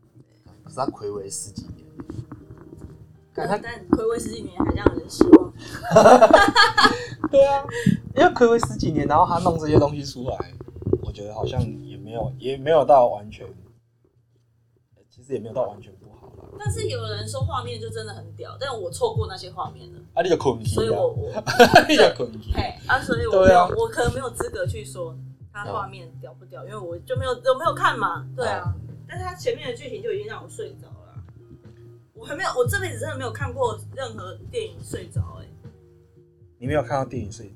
可是他暌违十几年，可干能他但暌违十几年还让人失望。对啊，因为暌违十几年，然后他弄这些东西出来，我觉得好像也没有也没有到完全，呃其实也没有到完全不好啦。但是有人说画面就真的很屌，但我错过那些画面了，啊，你就困所以去啊我，我 你就困去。嘿啊，所以我没对有，啊我可能没有资格去说他画面屌不屌，因为我就没有我没有看嘛。对啊，但是他前面的剧情就已经让我睡着了啊。我还没有，我这辈子真的没有看过任何电影睡着哎、你没有看到电影，所以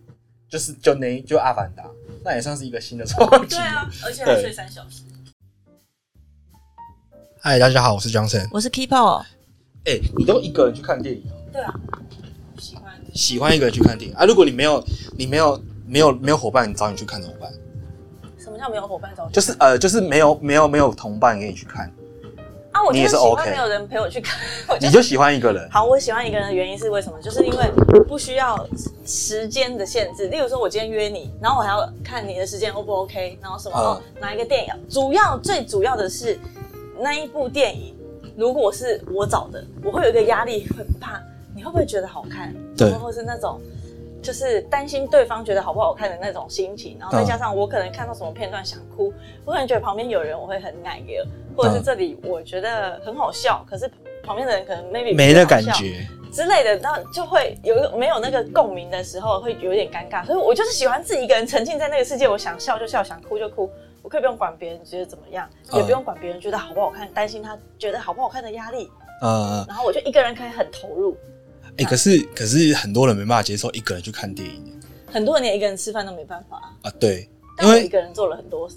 就是就那一就《阿凡达》，那也算是一个新的创举。对啊，而且还睡三小时。嗨，大家好，我是 Johnson。我是哦 Keepo。哎、你都一个人去看电影哦，对啊，我喜欢你。喜欢一个人去看电影啊？如果你没有你没有没有没有伙伴找你去看怎么办？什么叫没有伙伴找我去就看？是呃，就是没有没有没有同伴跟你去看，啊，我就你也是是喜 OK 欢没有人陪我去看。我就你就喜欢一个人。好，我喜欢一个人的原因是为什么？就是因为不需要时间的限制。例如说，我今天约你，然后我还要看你的时间 O 不 OK，然后什么、嗯哪一个电影啊，主要最主要的是那一部电影，如果是我找的，我会有一个压力，很怕你会不会觉得好看，对然后或是那种。就是担心对方觉得好不好看的那种心情，然后再嗯加上我可能看到什么片段想哭，我可能觉得旁边有人我会很奶油，或者是嗯这里我觉得很好笑，可是旁边的人可能 maybe 没的不好感笑觉，之类的，那就会有一个没有那个共鸣的时候，会有点尴尬。所以我就是喜欢自己一个人沉浸在那个世界，我想笑就笑，想哭就哭，我可以不用管别人觉得怎么样，嗯也不用管别人觉得好不好看，担心他觉得好不好看的压力。呃，然后我就一个人可以很投入。哎、可是可是很多人没办法接受一个人去看电影很多人连一个人吃饭都没办法，啊，对，但因我为一个人做了很多，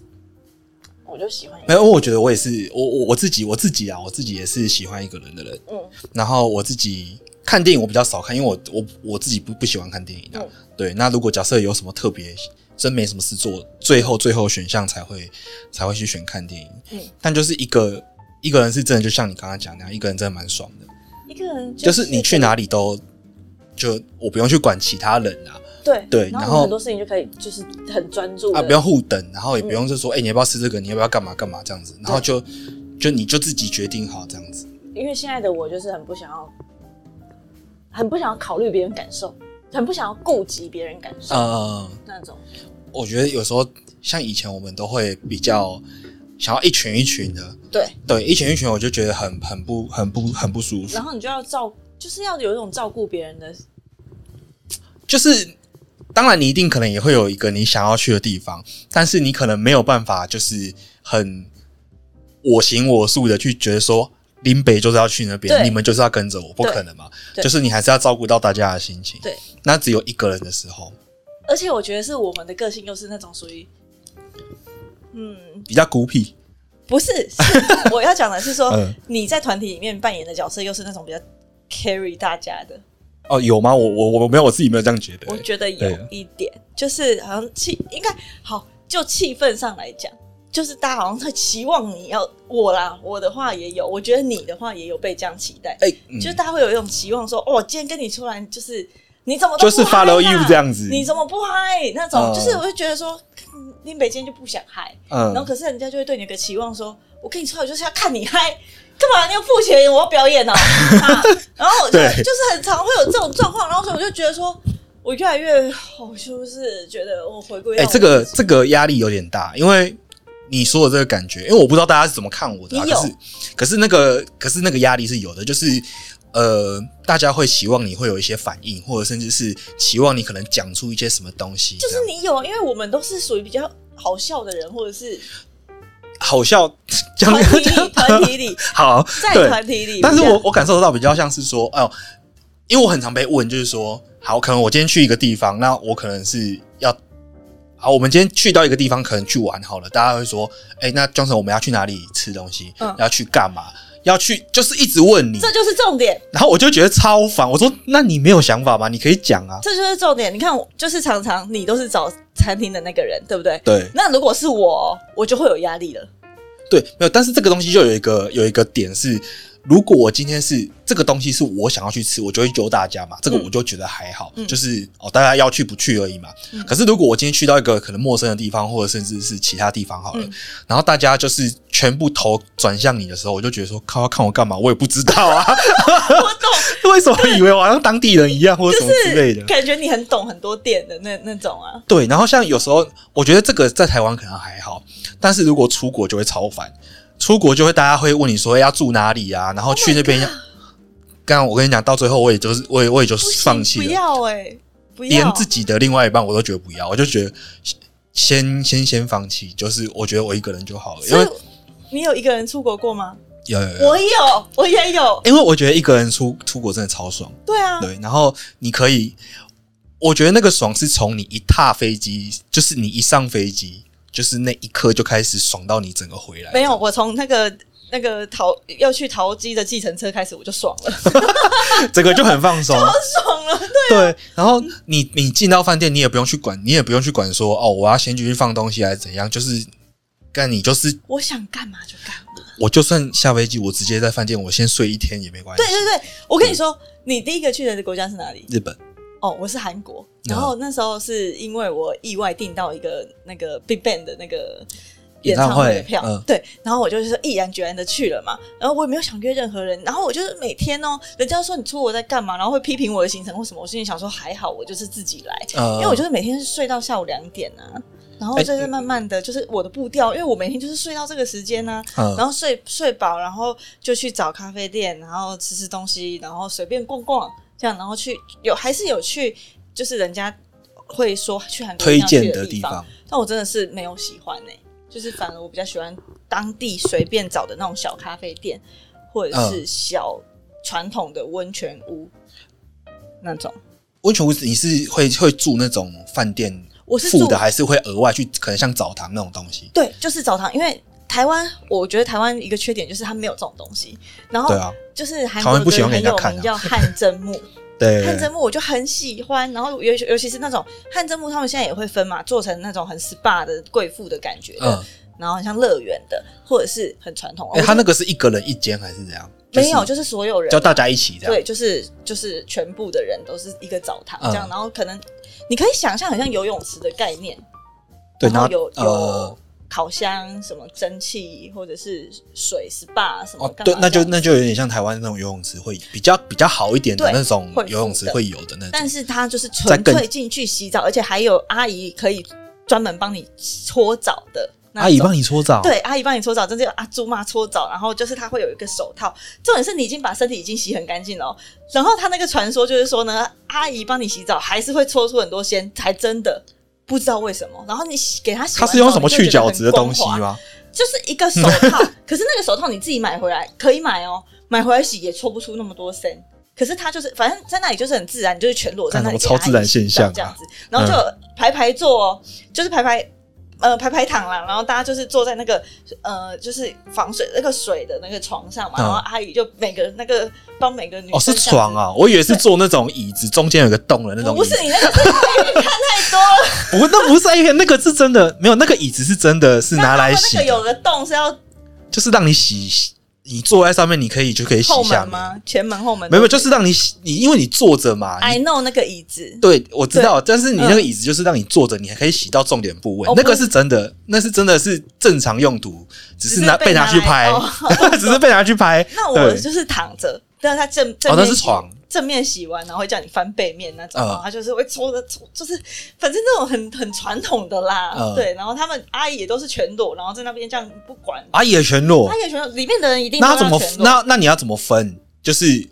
我就喜欢一个没有，我觉得我也是，我我我自己我自己啊，我自己也是喜欢一个人的人。人。嗯，然后我自己看电影我比较少看，因为我我我自己不不喜欢看电影啊。嗯对，那如果假设有什么特别，真没什么事做，最后最后选项才会才会去选看电影。嗯但就是一个一个人是真的，就像你刚刚讲那样，一个人真的蛮爽的，一个人就是你去哪里都就我不用去管其他人啊，对对然然后后很多事情就可以就是很专注啊的不用互等，然后也不用就说哎、你要不要吃这个，你要不要干嘛干嘛这样子，然后就就你就自己决定好这样子。因为现在的我就是很不想要，很不想要考虑别人感受，很不想要顾及别人感受、嗯。那种。我觉得有时候像以前我们都会比较想要一群一群的，对，对，一群一群我就觉得很很不很不很不舒服然，后你就要照，就是要有一种照顾别人的，就是。当然，你一定可能也会有一个你想要去的地方，但是你可能没有办法，就是很我行我素的去觉得说林北就是要去那边，对你们就是要跟着我，不对可能嘛。对就是你还是要照顾到大家的心情。对，那只有一个人的时候，而且我觉得是我们的个性又是那种属于，嗯，比较孤僻。不是， 是我要讲的是说嗯你在团体里面扮演的角色又是那种比较 carry 大家的，哦，有吗？我我我没有，我自己没有这样觉得、我欸觉得有对啊一点，就是好像气应该好，就气氛上来讲，就是大家好像在期望你要我啦，我的话也有，我觉得你的话也有被这样期待，哎、嗯就是大家会有一种期望说，哦，今天跟你出来就是你怎么都就是不嗨啦 follow you 这，样子。你怎么不嗨那种，嗯就是我就觉得说，嗯林北今天就不想嗨，嗯然后可是人家就会对你有个期望说。我跟你出来就是要看你嗨，干嘛？你要付钱，我要表 演哦、啊！然后我就对就是很常会有这种状况，然后所以我就觉得说，我越来越，哦我就是觉得我回归到哎、我这个这个压力有点大，因为你说的这个感觉，因为我不知道大家是怎么看我的、啊，也有可是可是那个可是那个压力是有的，就是呃，大家会期望你会有一些反应，或者甚至是期望你可能讲出一些什么东西，就就是你有，因为我们都是属于比较好笑的人，或 者是好笑，讲团体里，团体里， 好在对团体里，但是比较我我感受得到比较像是说，哦、因为我很常被问，就是说，好，可能我今天去一个地方，那我可能是要，好，我们今天去到一个地方，可能去玩好了，大家会说，哎、那 Johnson 我们要去哪里吃东西？嗯要去干嘛？要去就是一直问你，这就是重点，然后我就觉得超烦。我说，那你没有想法吗？你可以讲啊。这就是重点。你看，我就是常常你都是找餐厅的那个人，对不对？对那如果是我，我就会有压力了。对，没有，但是这个东西就有一个有一个点是，如果我今天是这个东西是我想要去吃，我就会揪大家嘛，这个嗯我就觉得还好，嗯就是哦，大家要去不去而已嘛。嗯可是如果我今天去到一个可能陌生的地方，或者甚至是其他地方好了，嗯然后大家就是全部头转向你的时候，我就觉得说靠，要看我干嘛？我也不知道啊，我懂，为什么以为我好像当地人一样，或者什么之类的？ 感觉你很懂很多店的那那种啊。对，然后像有时候，我觉得这个在台湾可能还好，但是如果出国就会超烦。出国就会大家会问你说要住哪里啊，然后去那边要。刚、我跟你讲，到最后我也就是我也我也就不是行放弃不了，要哎、不要连自己的另外一半我都觉得不要，我就觉得先先先放弃，就是我觉得我一个人就好了，因所为呃以你有一个人出国过吗？有有有，我有，我也有。因为我觉得一个人出出国真的超爽。对啊，对，然后你可以，我觉得那个爽是从你一踏飞机，就是你一上飞机，就是那一刻就开始爽到你整个回来。没有，我从那个那个桃要去桃机的计程车开始，我就爽了， 这个就很放松。爽了。对，然后你你进到饭店，你也不用去管，你也不用去管说哦，我要先进去放东西还是怎样，就是。干你就是，我想干嘛就干嘛。我就算下飞机，我直接在饭店，我先睡一天也没关系对。对对，我跟你说，你第一个去的国家是哪里？日本，哦，我是韩国。然后那时候是因为我意外订到一个那个 Big Bang 的那个演演唱唱会会的票，嗯对，然后我就是毅然决然的去了嘛，然后我也没有想约任何人，然后我就是每天哦，人家说你出国在干嘛，然后会批评我的行程或什么，我心里想说还好，我就是自己来，呃，因为我就是每天是睡到下午两点啊，然后就是慢慢的就是我的步调，因为我每天就是睡到这个时间啊呢、嗯然后睡睡饱，然后就去找咖啡店，然后吃吃东西，然后随便逛逛，这样，然后去有还是有去，就是人家会说去韩国一推定要荐去的地方，，但我真的是没有喜欢哎、就是反而我比较喜欢当地随便找的那种小咖啡店，或者是小传统的温泉屋那种。温泉屋你是会会住那种饭店我是付住的，还是会额外去可能像澡堂那种东西？对，就是澡堂，因为台湾，我觉得台湾一个缺点就是它没有这种东西。然后对啊，就是台韩国湾不有喜欢个给很人家有看啊名叫汗蒸木， 对，汗蒸木我就很喜欢。然后尤其尤其是那种汗蒸木，他们现在也会分嘛，做成那种很 SPA 的贵妇的感觉的，嗯，然后很像乐园的，或者是很传统。哎、我他那就个是一个人一间还是怎样？没有，就就是所有是人叫大家一起这样。对，就是就是全部的人都是一个澡堂嗯这样，然后可能你可以想象，很像游泳池的概念，对，然然后后有有呃，烤箱、什么蒸汽或者是水 SPA 什哦，么干嘛这对样，，那就那就有点像台湾那种游泳池会比较比较好一点的对那种会游泳池的会有的那种。但是它就是再纯更粹进去洗澡，而且还有阿姨可以专门帮你搓澡的那种。阿姨帮你搓澡，，对，阿姨帮你搓澡，真的有阿朱妈搓澡，然后就是她会有一个手套，重点是你已经把身体已经洗很干净了哦、然后她那个传说就是说呢，阿姨帮你洗澡还是会搓出很多鲜，还真的不知道为什么。然后你洗给她洗，它是用什么去角质的东西吗？吗？就是一个手套， 可是那个手套你自己买回来可以买哦，买回来洗也搓不出那么多身。可是它就是，反正在那里就是很自然，你就是全裸在那里，看什么超自然现象啊嗯这样子，然后就有排排坐哦，就是排排呃排排躺啦，然后大家就是坐在那个呃就是防水那个水的那个床上嘛，嗯然后阿姨就每个那个帮每个女哦，生是这样子床，啊，我以为是坐那种椅子，中间有个洞的那种不椅子是。你那个是你看太多不，了，那不是 A 片，那个是真的没有，那个椅子是真的是 拿来洗那个有的，个洞是要就是让你洗，洗你坐在上面，你可以就可以洗后下面。门吗？前门后门没有，没有就都可以是让你洗，你因为你坐着嘛，你 I know 那个椅子，对，我知道，但是你那个椅子就是让你坐着，你还可以洗到重点部位，嗯哦那个是真的，那是真的是正常用途，只是拿只是被拿去拍拿来，哦 只是被拿去拍。 那我对，哦就是躺着，但是他正正面、那是床，正面洗完，然后会叫你翻背面那种，嗯然后他就是会搓的搓，就是反正那种很很传统的啦，嗯对。然后他们阿姨也都是全裸，然后在那边这样不管，阿姨的啊全裸阿，姨也全裸，里面的人一定都哦那他要怎么全裸。那那你要怎么分？就是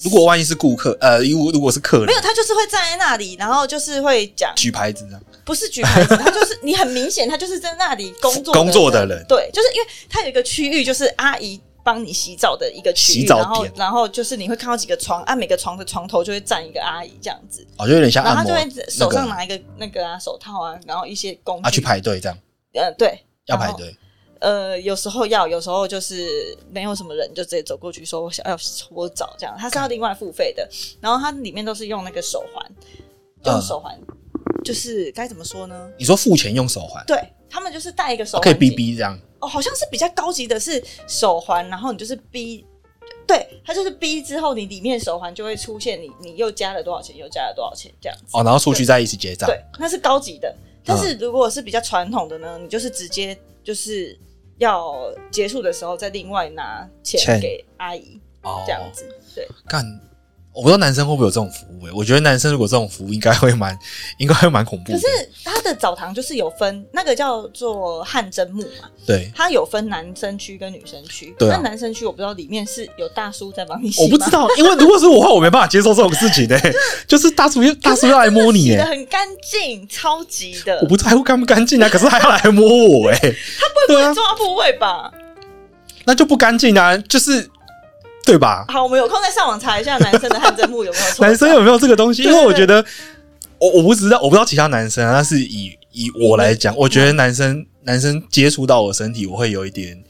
如果万一是顾客，呃，如果如果是客没人有，他就是会站在那里，然后就是会讲，举牌子呢，不是举牌子，他就是 你很明显，他就是在那里工作工作的人对，就是因为他有一个区域，就是阿姨帮你洗澡的一个区域，洗澡然后点然后就是你会看到几个床，啊，每个床的床头就会站一个阿姨这样子，哦，就有点像然后他按就摩会手上那个拿一个那个啊手套啊，然后一些工具啊去，排队这样，呃，对，要然后排队。呃，有时候要，有时候就是没有什么人，就直接走过去说我想要搓澡这样，它是要另外付费的，然后它里面都是用那个手环，用嗯手环，就是该怎么说呢？你说付钱用手环，对他们就是戴一个手哦环可以进，逼逼这样，哦，好像是比较高级的是手环，然后你就是逼，对，它就是 B 之后，你里面手环就会出现你你又加了多少钱，又加了多少钱这样子。哦，然后出去再一起结账。对，那是高级的。但嗯是如果是比较传统的呢，你就是直接就是要结束的时候再另外拿钱钱给阿姨哦这样子。对，干，我不知道男生会不会有这种服务、欸、我觉得男生如果这种服务应该会蛮，应该会蛮恐怖可的。是它的澡堂就是有分，那个叫做汗蒸木嘛，对，它有分男生区跟女生区。嗯对啊那男生区我不知道里面是有大叔在帮你洗我不知道，因为如果是我的话，我没办法接受这种事情的、欸就是大叔大叔要来摸你、洗的欸，很干净，超级的。我不在乎干不干净啊，可是他要来摸我、欸，他不对啊，抓部位吧。那就不干净啊，就是对吧？好，我们有空再上网查一下男生的汗蒸木有没有 错。男生有没有这个东西？对因为我觉对得，我我不知道，我不知道其他男生啊，但是以以我来讲，我觉得男生男生接触到我身体，我会有一点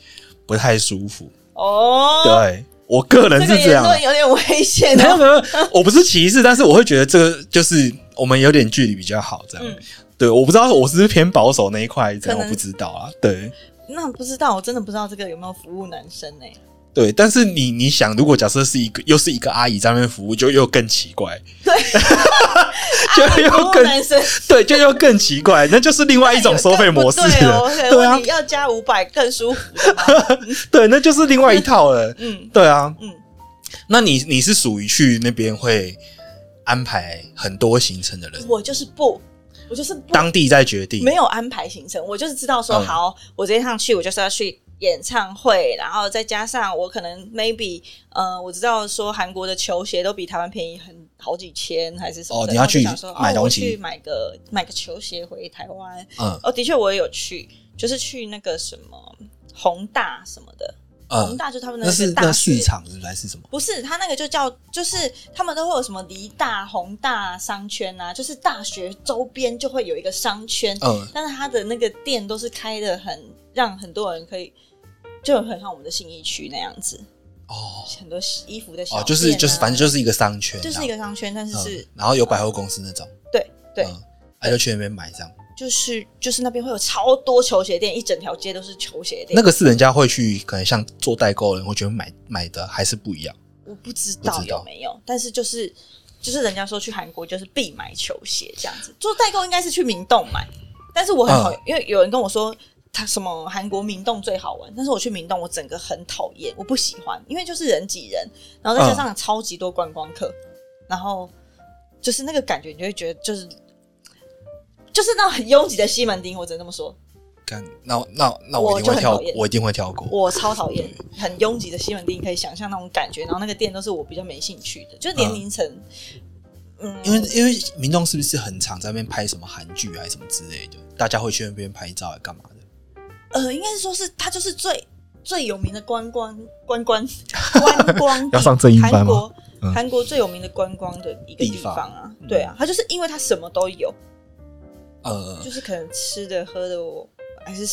不太舒服。哦，，对我个人这是个这言样啊，论有点危险没有哦。没有，没有我不是歧视，但是我会觉得这个就是我们有点距离比较好，这样。嗯对，我不知道我是不是偏保守那一块，这样我可能不知道啊。对那不知道，我真的不知道这个有没有服务男生欸 呢、对，但是你你想，如果假设是一个又是一个阿姨在那边服务，就又更奇怪， 对，就服又务更 男生对，就又更奇怪，那就是另外一种收费模式对了哦，。对对啊啊，你，要加五百更舒服的嘛。 对，那就是另外一套了。 嗯对啊，嗯，那你你是属于去那边会安排很多行程的人，我就是不，我就是不当地再决定。没有安排行程，我就是知道说，嗯好，我这一趟去，我就是要去演唱会，然后再加上我可能 maybe，呃，我知道说韩国的球鞋都比台湾便宜很好几千，还是什么哦的？你要去然后就想说买哦东我西去买个买个球鞋回台湾。嗯哦，的确我也有去，就是去那个什么宏大什么的，宏嗯，大就他们那是个那大学市。场是不是还是什么？不是，他那个就叫，就是他们都会有什么梨大、宏大商圈啊，就是大学周边就会有一个商圈，嗯，但是它的那个店都是开的很让很多人可以，就很像我们的信义区那样子，哦很多衣服的小、啊哦，就是就是，反正就是一个商圈啊，就是一个商圈，但是嗯是、然后有百货公司那种，对对，嗯，他就去那边买这样。就是就是那边会有超多球鞋店，一整条街都是球鞋店。那个是人家会去，可能像做代购的人会觉得买买的还是不一样。我不知道不知道有没有，但是就是就是人家说去韩国就是必买球鞋这样子，做代购应该是去明洞买，但是我很嗯讨厌，因为有人跟我说。他什么韩国明洞最好玩，但是我去明洞，我整个很讨厌，我不喜欢，因为就是人挤人，然后再加上超级多观光客，然后就是那个感觉，你就会觉得就是就是那种很拥挤的西门町，我只能这么说，干，那那那我我一定会就很跳讨厌，我一定会跳过。我超讨厌很拥挤的西门町，可以想象那种感觉。然后那个店都是我比较没兴趣的，就是年龄层，嗯，因为因为民众是不是很常在那边拍什么韩剧啊什么之类的，大家会去那边拍照啊来干嘛的？呃，应该是说是它就是最最有名的观光观光观光地 要上正音班吗韩国嗯韩国最有名的观光的一个地地方啊，方嗯对啊，它就是因为它什么都有，呃就，是可能吃的喝的我。还是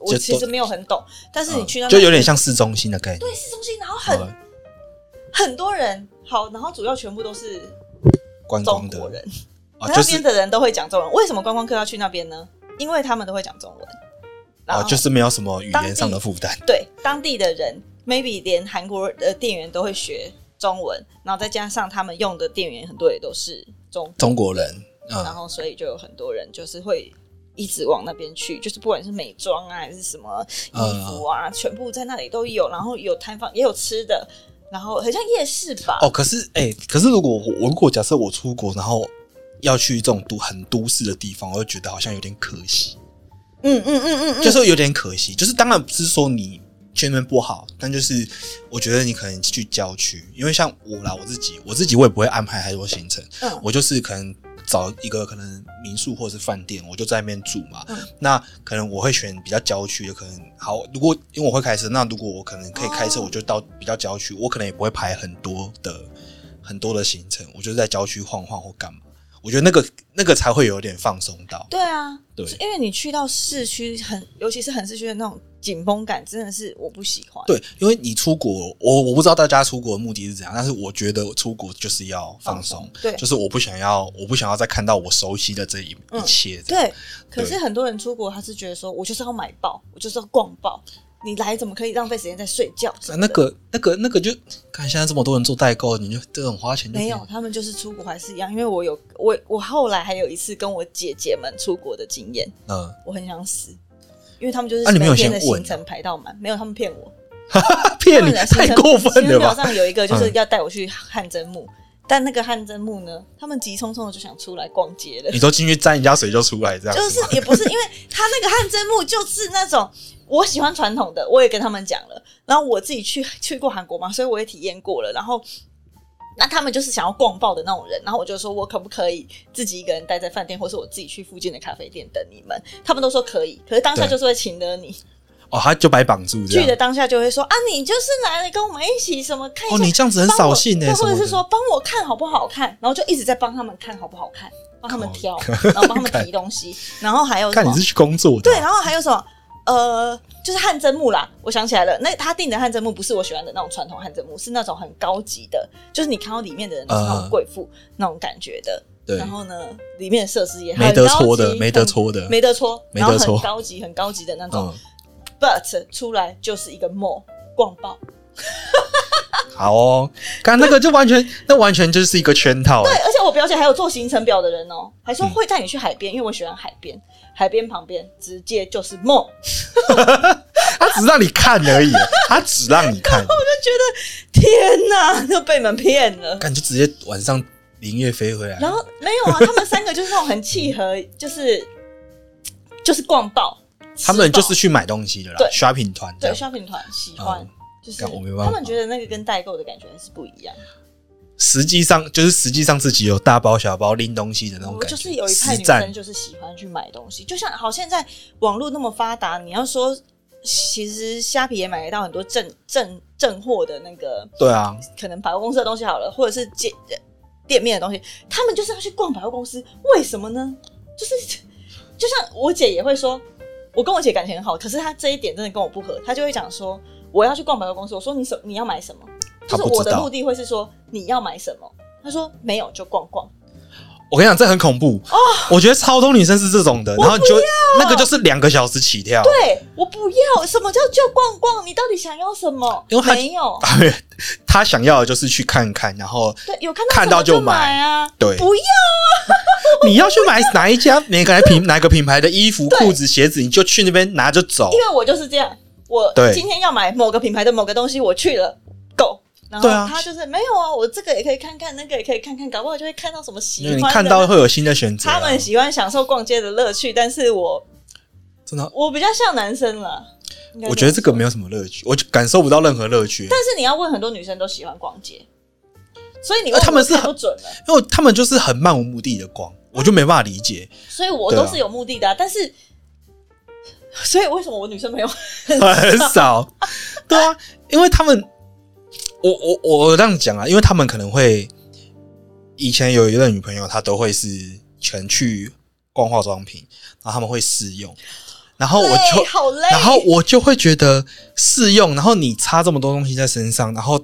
我就其实都没有很懂，但是你去到嗯那就有点像市中心的概念。对市中心，然后很、呃很多人，好，然后主要全部都是观光中的国人，啊，那就边是的人都会讲中文，为什么观光客要去那边呢？因为他们都会讲中文，然啊，后、就是没有什么语当言地上的负担。对当地的人，maybe 连韩国的店员都会学中文，然后再加上他们用的店员很多也都是中，中国人，然嗯，后所以就有很多人就是会一直往那边去，就是不管是美妆啊还是什么衣服嗯啊，全部在那里都有，然后有摊贩也有吃的，然后很像夜市吧，哦，可是哎、可是如果我我如果假设我出国，然后要去这种都很都市的地方，我就觉得好像有点可惜，嗯嗯嗯嗯嗯，就是有点可惜。就是当然不是说你去那边不好，但就是我觉得你可能去郊区，因为像我啦，我自己我自己我也不会安排太多行程，嗯我就是可能。找一个可能民宿或者是饭店，我就在那边住嘛。嗯那可能我会选比较郊区的，可能好。如果因为我会开车，那如果我可能可以开车，哦我就到比较郊区，我可能也不会排很多的很多的行程，我就在郊区晃晃或干嘛。我觉得那个那个才会有点放松到。对啊，对因为你去到市区很，尤其是很市区的那种紧绷感，真的是我不喜欢。，对，因为你出国，我我不知道大家出国的目的是怎样，但是我觉得出国就是要放松，对就是我不想要，我不想要再看到我熟悉的这一嗯一切这样、对。可是很多人出国，他是觉得说我就是要买爆，我就是要逛爆，你来怎么可以浪费时间在睡觉什啊么那的？个、那个、那个就，看现在这么多人做代购，你就这种花钱就可以没有，他们就是出国还是一样，因为我有我我后来还有一次跟我姐姐们出国的经验，嗯， 我很想死，因为他们就是啊你没有每天先的问行程排到满，没有他们骗我，骗他你们的行太程过分了行程吧？表嗯上有一个就是要带我去汗蒸木，但那个汗蒸木呢，他们急匆匆的就想出来逛街了你，都进去沾人家水就出来这样就子是吗，也不是，因为他那个汗蒸木就是那种我喜欢传统的，我也跟他们讲了，然后我自己去去过韩国嘛，所以我也体验过了，然后。那他们就是想要逛爆的那种人，然后我就说，我可不可以自己一个人待在饭店，或是我自己去附近的咖啡店等你们？他们都说可以，可是当下对就是会请了你，哦，他就把你绑住这去的样。当下就会说啊，你就是来了跟我们一起什么看一哦，下你这样子很帮扫我兴呢、欸对什或么者的是说帮我看好不好看，然后就一直在帮他们看好不好看，帮他们靠挑，然后帮他们提东西，然后还有什看你么是？去工作的对，啊，然后还有什么？呃，就是汗蒸木啦，我想起来了，那他订的汗蒸木不是我喜欢的那种传统汗蒸木，是那种很高级的，就是你看到里面的人都是那嗯种贵妇、那种感觉的。然后呢，里面的设施也没很得高搓的，级没得很搓的，没得搓，没然后得搓很高级、很高级的那种。嗯， But 出来就是一个 mall 逛爆，好哦，刚那个就完全，那完全就是一个圈套、对欸，，而且我表姐还有做行程表的人哦、还嗯说会带你去海边，因为我喜欢海边，海边旁边直接就是梦，他只让你看而已，欸他只让你看，天哪，就被你们骗了。感觉直接晚上林月飞回来，然后没有啊，他们三个就是那种很契合，就是就是逛爆，他们就是吃去买东西的啦对，shopping 团爆这样。对 shopping 团喜欢嗯，就是干我没办法他们觉得那个跟代购的感觉还是不一样。实际上就是实际上自己有大包小包拎东西的那种我感觉，哦就是有一派实女战生就是喜欢去买东西，就像好现在网络那么发达，你要说其实虾皮也买得到很多正正正货的那个对啊，可能百货公司的东西好了，或者是街呃店面的东西，他们就是要去逛百货公司，为什么呢？就是就像我姐也会说，我跟我姐感情很好，可是她这一点真的跟我不合，她就会讲说我要去逛百货公司，我说你什你要买什么？她就不是知我的道目的会是说你要买什么，她说没有就逛逛，我跟你讲，这很恐怖哦我觉得超多女生是这种的，然后你就那个就是两个小时起跳，对我不要，什么叫就逛逛？你到底想要什么？因为她没有， 对，她想要的就是去看看，然后对，有看到看什么到就就买啊，对不要你要去买哪一家哪个品哪个品牌的衣服、裤子、鞋子，你就去那边拿着走因。为我就是这样，我对今天要买某个品牌的某个东西，我去了够。然后对啊他就是没有啊，我这个也可以看看，那个也可以看看，搞不好就会看到什么喜因欢为的。你看到会有新的选择啊、他们喜欢享受逛街的乐趣，但是我真的，我比较像男生了。应该我觉得这个么没有什么乐趣，我就感受不到任何乐趣，说，但是你要问很多女生都喜欢逛街，所以你呃问他们我是看不准啊了。因为他们就是很漫无目的的逛，我就没办法理解。所以我对啊都是有目的的、啊，但是， 所以为什么我女生朋友哦 很少。对啊，因为他们，我我我我这样讲啊，因为他们可能会以前有一任女朋友，她都会是全去逛化妆品，然后他们会试用，然 后我累，就好累，然后我就会觉得试用，然后你擦这么多东西在身上，然后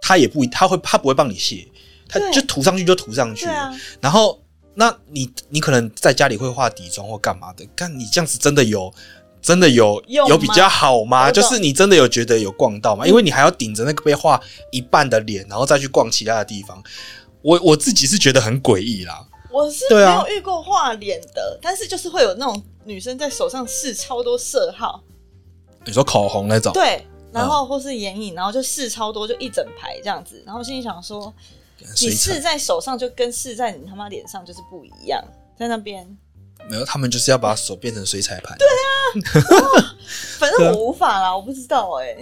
他也不他会他不会帮你卸，他对就涂上去就涂上去对了，啊，然后，那你你可能在家里会化底妆或干嘛的，看你这样子真的有真的有有有比吗较好吗？我就懂嗯是你真的有觉得有逛到吗？因为你还要顶着那个被画一半的脸，然后再去逛其他的地方。我我自己是觉得很诡异啦，我是没对啊有遇过画脸的，但是就是会有那种女生在手上试超多色号，你说口红那种，对，嗯然后或是眼影，然后就试超多，就一整排这样子，然后心里想说，你水试彩在手上就跟试在你他妈脸上就是不一样，在那边，没有，他们就是要把手变成水彩盘，对，啊反正我无法啦，我不知道哎、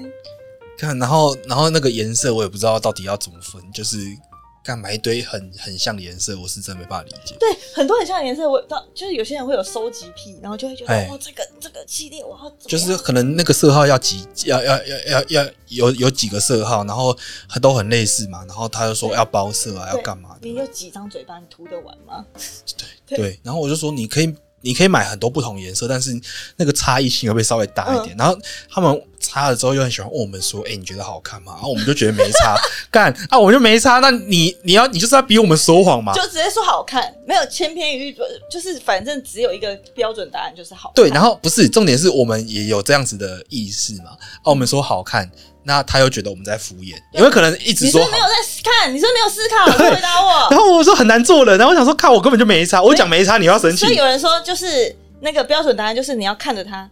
看，然后然后那个颜色我也不知道到底要怎么分，就是干嘛一堆很很像的颜色，我是真的没办法理解。对，很多很像的颜色，我到就是有些人会有收集癖，然后就会觉得哎哦，这个这个系列我要怎么样就是可能那个色号要几要要要要要有有几个色号，然后都很类似嘛，然后他就说对要包色啊，要干嘛的，你有几张嘴巴，你涂得完吗？对对，然后我就说你可以你可以买很多不同颜色，但是那个差异性会不会稍微大嗯一点？然后他们擦了之后又很喜欢问我们说：“哎、你觉得好看吗？”然、后我们就觉得没差， 干啊，我就没差。那你你要你就是要逼我们说谎嘛？就直接说好看，没有千篇一律，就是反正只有一个标准答案，就是好看。对，然后不是重点是我们也有这样子的意识嘛？啊，我们说好看，那他又觉得我们在敷衍，因为可能一直你是说不是好没有在思看，你是不是没有思考，对回答我。 然后我说很难做人，然后我想说，看我根本就没差，我讲没差，你又要生所以气有人说，就是那个标准答案，就是你要看着它，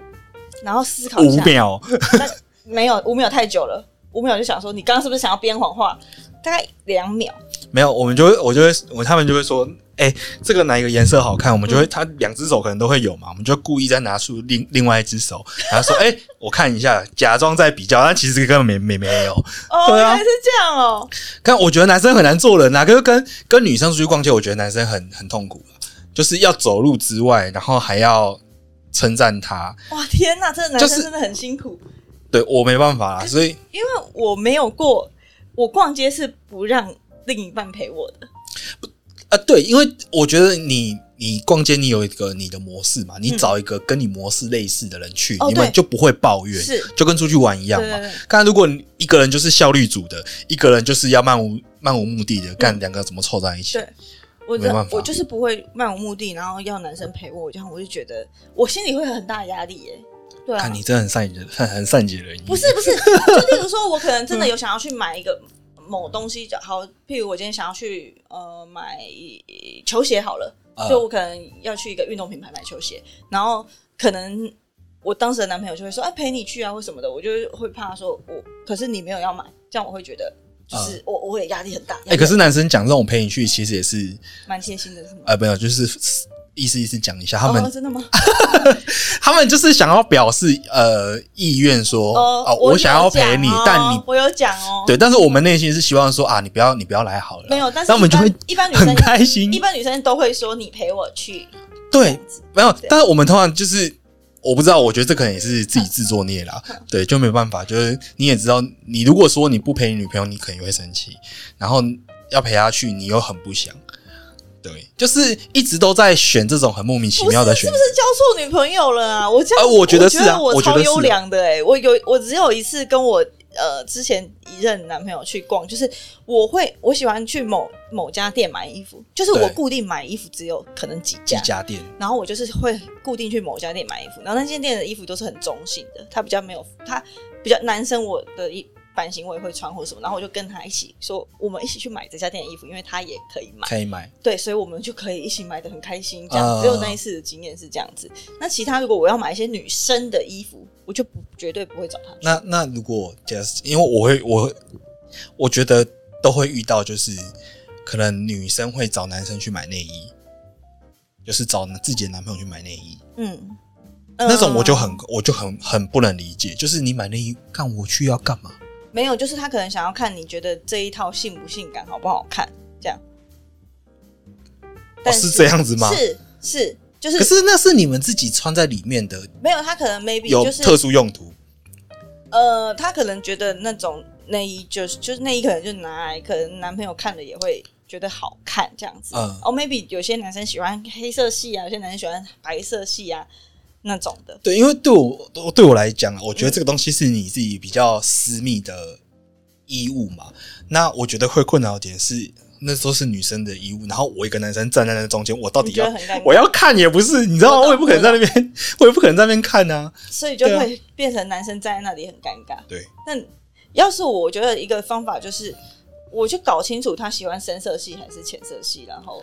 然后思考一五下。秒，那没有五秒太久了，五秒就想说你刚刚是不是想要编谎话？大概两秒，没有，我们就会，我就会，我他们就会说，哎、这个哪一个颜色好看？我们就嗯会，他两只手可能都会有嘛，我们就故意再拿出另另外一只手，然后说，哎、我看一下，假装在比较，但其实根本没没没有。 哦，对原啊来是这样哦。但我觉得男生很难做人啊，跟跟跟女生出去逛街，我觉得男生很很痛苦啊就是要走路之外，然后还要称赞他，哇，天哪，这个男就生是真的很辛苦，对我没办法啦，所以因为我没有过，我逛街是不让另一半陪我的。啊，对，因为我觉得你你逛街，你有一个你的模式嘛，你找一个跟你模式类似的人去，嗯哦你们对就不会抱怨，是就跟出去玩一样嘛对对对。但如果你一个人就是效率组的，一个人就是要漫无漫无目的的干，两个怎么凑在一起？嗯对我没办就法我就是不会漫无目的，然后要男生陪我，这样我就觉得我心里会有很大的压力耶、对啊看，你真的很善解很很善解人意，不是不 是，就例如说，我可能真嗯的有想要去买一个某东西，好，譬如我今天想要去呃买球鞋好了，啊就我可能要去一个运动品牌买球鞋，然后可能我当时的男朋友就会说，哎、陪你去啊或什么的，我就会怕说我，可是你没有要买，这样我会觉得就是、我我也压力很大，啊哎、可是男生讲这种陪你去，其实也是蛮贴心的，是吗？呃，没有，就是意思意思讲一下，他们、哦、真的吗？他们就是想要表示呃意愿说，哦，哦，我想要有讲陪你，哦但你我有讲哦，对，但是我们内心是希望说啊，你不要你不要来好了啦，没有，但是那我们就一般会一般女很生开心一。般女生都会说你陪我去，对，没有，但是我们通常就是我不知道，我觉得这可能也是自己自作孽 啦。对，就没办法，就是你也知道，你如果说你不陪你女朋友，你可能会生气，然后要陪她去，你又很不想。对，就是一直都在选这种很莫名其不是妙的选是择不。是交错女朋友了啊？我这样，啊我觉得是啊我我觉超得是啊优良的哎、我有我只有一次跟我呃之前一任男朋友去逛，就是我会我喜欢去某某家店买衣服，就是对我固定买衣服只有可能几几家。家店，然后我就是会固定去某家店买衣服，然后那间店的衣服都是很中性的，它比较没有，它比较男生我的一版型我也会穿或什么，然后我就跟他一起说，我们一起去买这家店的衣服，因为他也可以买。可以买。对，所以我们就可以一起买的很开心，这嗯样、只有那一次的经验是这样子。那其他如果我要买一些女生的衣服，我就不绝对不会找他去。那那如果 just 因为我会我会我觉得都会遇到，就是可能女生会找男生去买内衣，就是找自己的男朋友去买内衣，嗯，那种我就嗯很我就很很不能理解，就是你买内衣看我去要干嘛？没有，就是他可能想要看你觉得这一套性不性感，好不好看，这样。但哦是这样子吗是是，就是可是那是你们自己穿在里面的，没有他可能 maybe 有就是特殊用途。呃，他可能觉得那种内衣就是就是内衣，可能就拿来，可能男朋友看了也会觉得好看这样子。嗯哦、m a y b e 有些男生喜欢黑色系啊，有些男生喜欢白色系啊那种的。对，因为对我我对我来讲，我觉得这个东西是你自己比较私密的衣物嘛。那我觉得会困扰的点是，那都是女生的衣物，然后我一个男生站在那中间，我到底你觉要得很尴尬我要看也不是，你知道吗？我懂我也不可能在那边，我也不可能在那边看啊。所以就对啊会变成男生站在那里很尴尬。对，那要是我，我觉得一个方法就是，我就搞清楚他喜欢深色系还是浅色系，然后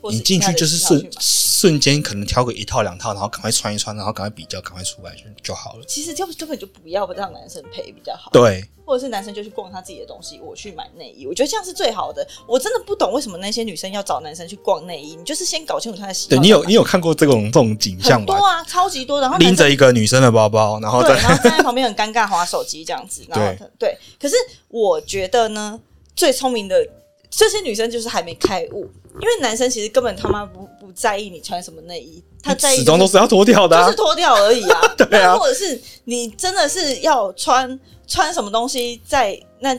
或你是进以他去的就是喜好瞬去买瞬间可能挑个一套两套，然后赶快穿一穿，然后赶快比较，赶快出来就就好了。其实就根本就不要让男生陪比较好。对，或者是男生就去逛他自己的东西，我去买内衣，我觉得这样是最好的。我真的不懂为什么那些女生要找男生去逛内衣，你就是先搞清楚他的喜好。对你有你有看过这种这种景象很吧多？啊，超级多，然后男拎生着一个女生的包包，然后对，再然后站在旁边很尴尬，划手机这样子。然后他对，可是我觉得呢，最聪明的这些女生就是还没开悟，因为男生其实根本他妈不不在意你穿什么内衣，他在意始终都是是要脱掉的、啊就是。脱掉而已啊。 对啊那或者是你真的是要穿穿什么东西在那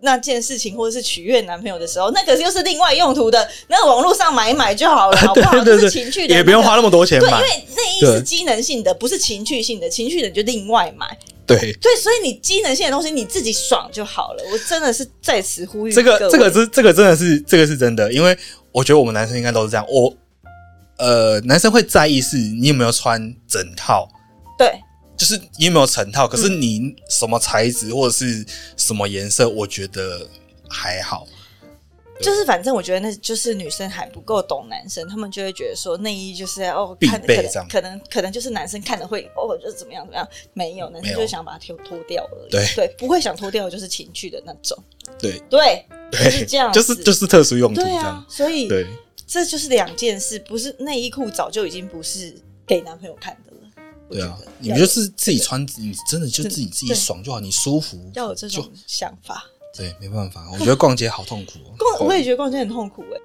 那件事情，或者是取悦男朋友的时候，那可是又是另外用途的。那网络上买一买就 好了，好不好？对对就是对，情趣的，也不用花。那么多钱对，因买。为内衣对是机能性的，不是情趣性的，情趣的你就另外买。对，对，所以你机能性的东西你自己爽就好了。我真的是在此呼吁这个各位这个是这个真的是这个是真的，因为我觉得我们男生应该都是这样。我呃，男生会在意是你有没有穿整套，对就是你有没有成套。可是嗯你什么材质或者是什么颜色，我觉得还好。就是反正我觉得那就是女生还不够懂男生，他们就会觉得说内衣就是哦，必看备可能这样可能可能就是男生看了会哦，就是怎么样怎么样，没有男没生有就是想把它脱脱掉而已，对不会想脱掉的就是情趣的那种，对对，就是对，这样 子，就是就是特殊用途这对样啊。，所以嗯对这就是两件事，不是内衣裤早就已经不是给男朋友看的了，我对觉啊得，你们就是自己穿，你真的就对自己自己对爽就好，你舒服。要有这种想法。对，没办法，我觉得逛街好痛苦哦。逛我也觉得逛街很痛苦哎、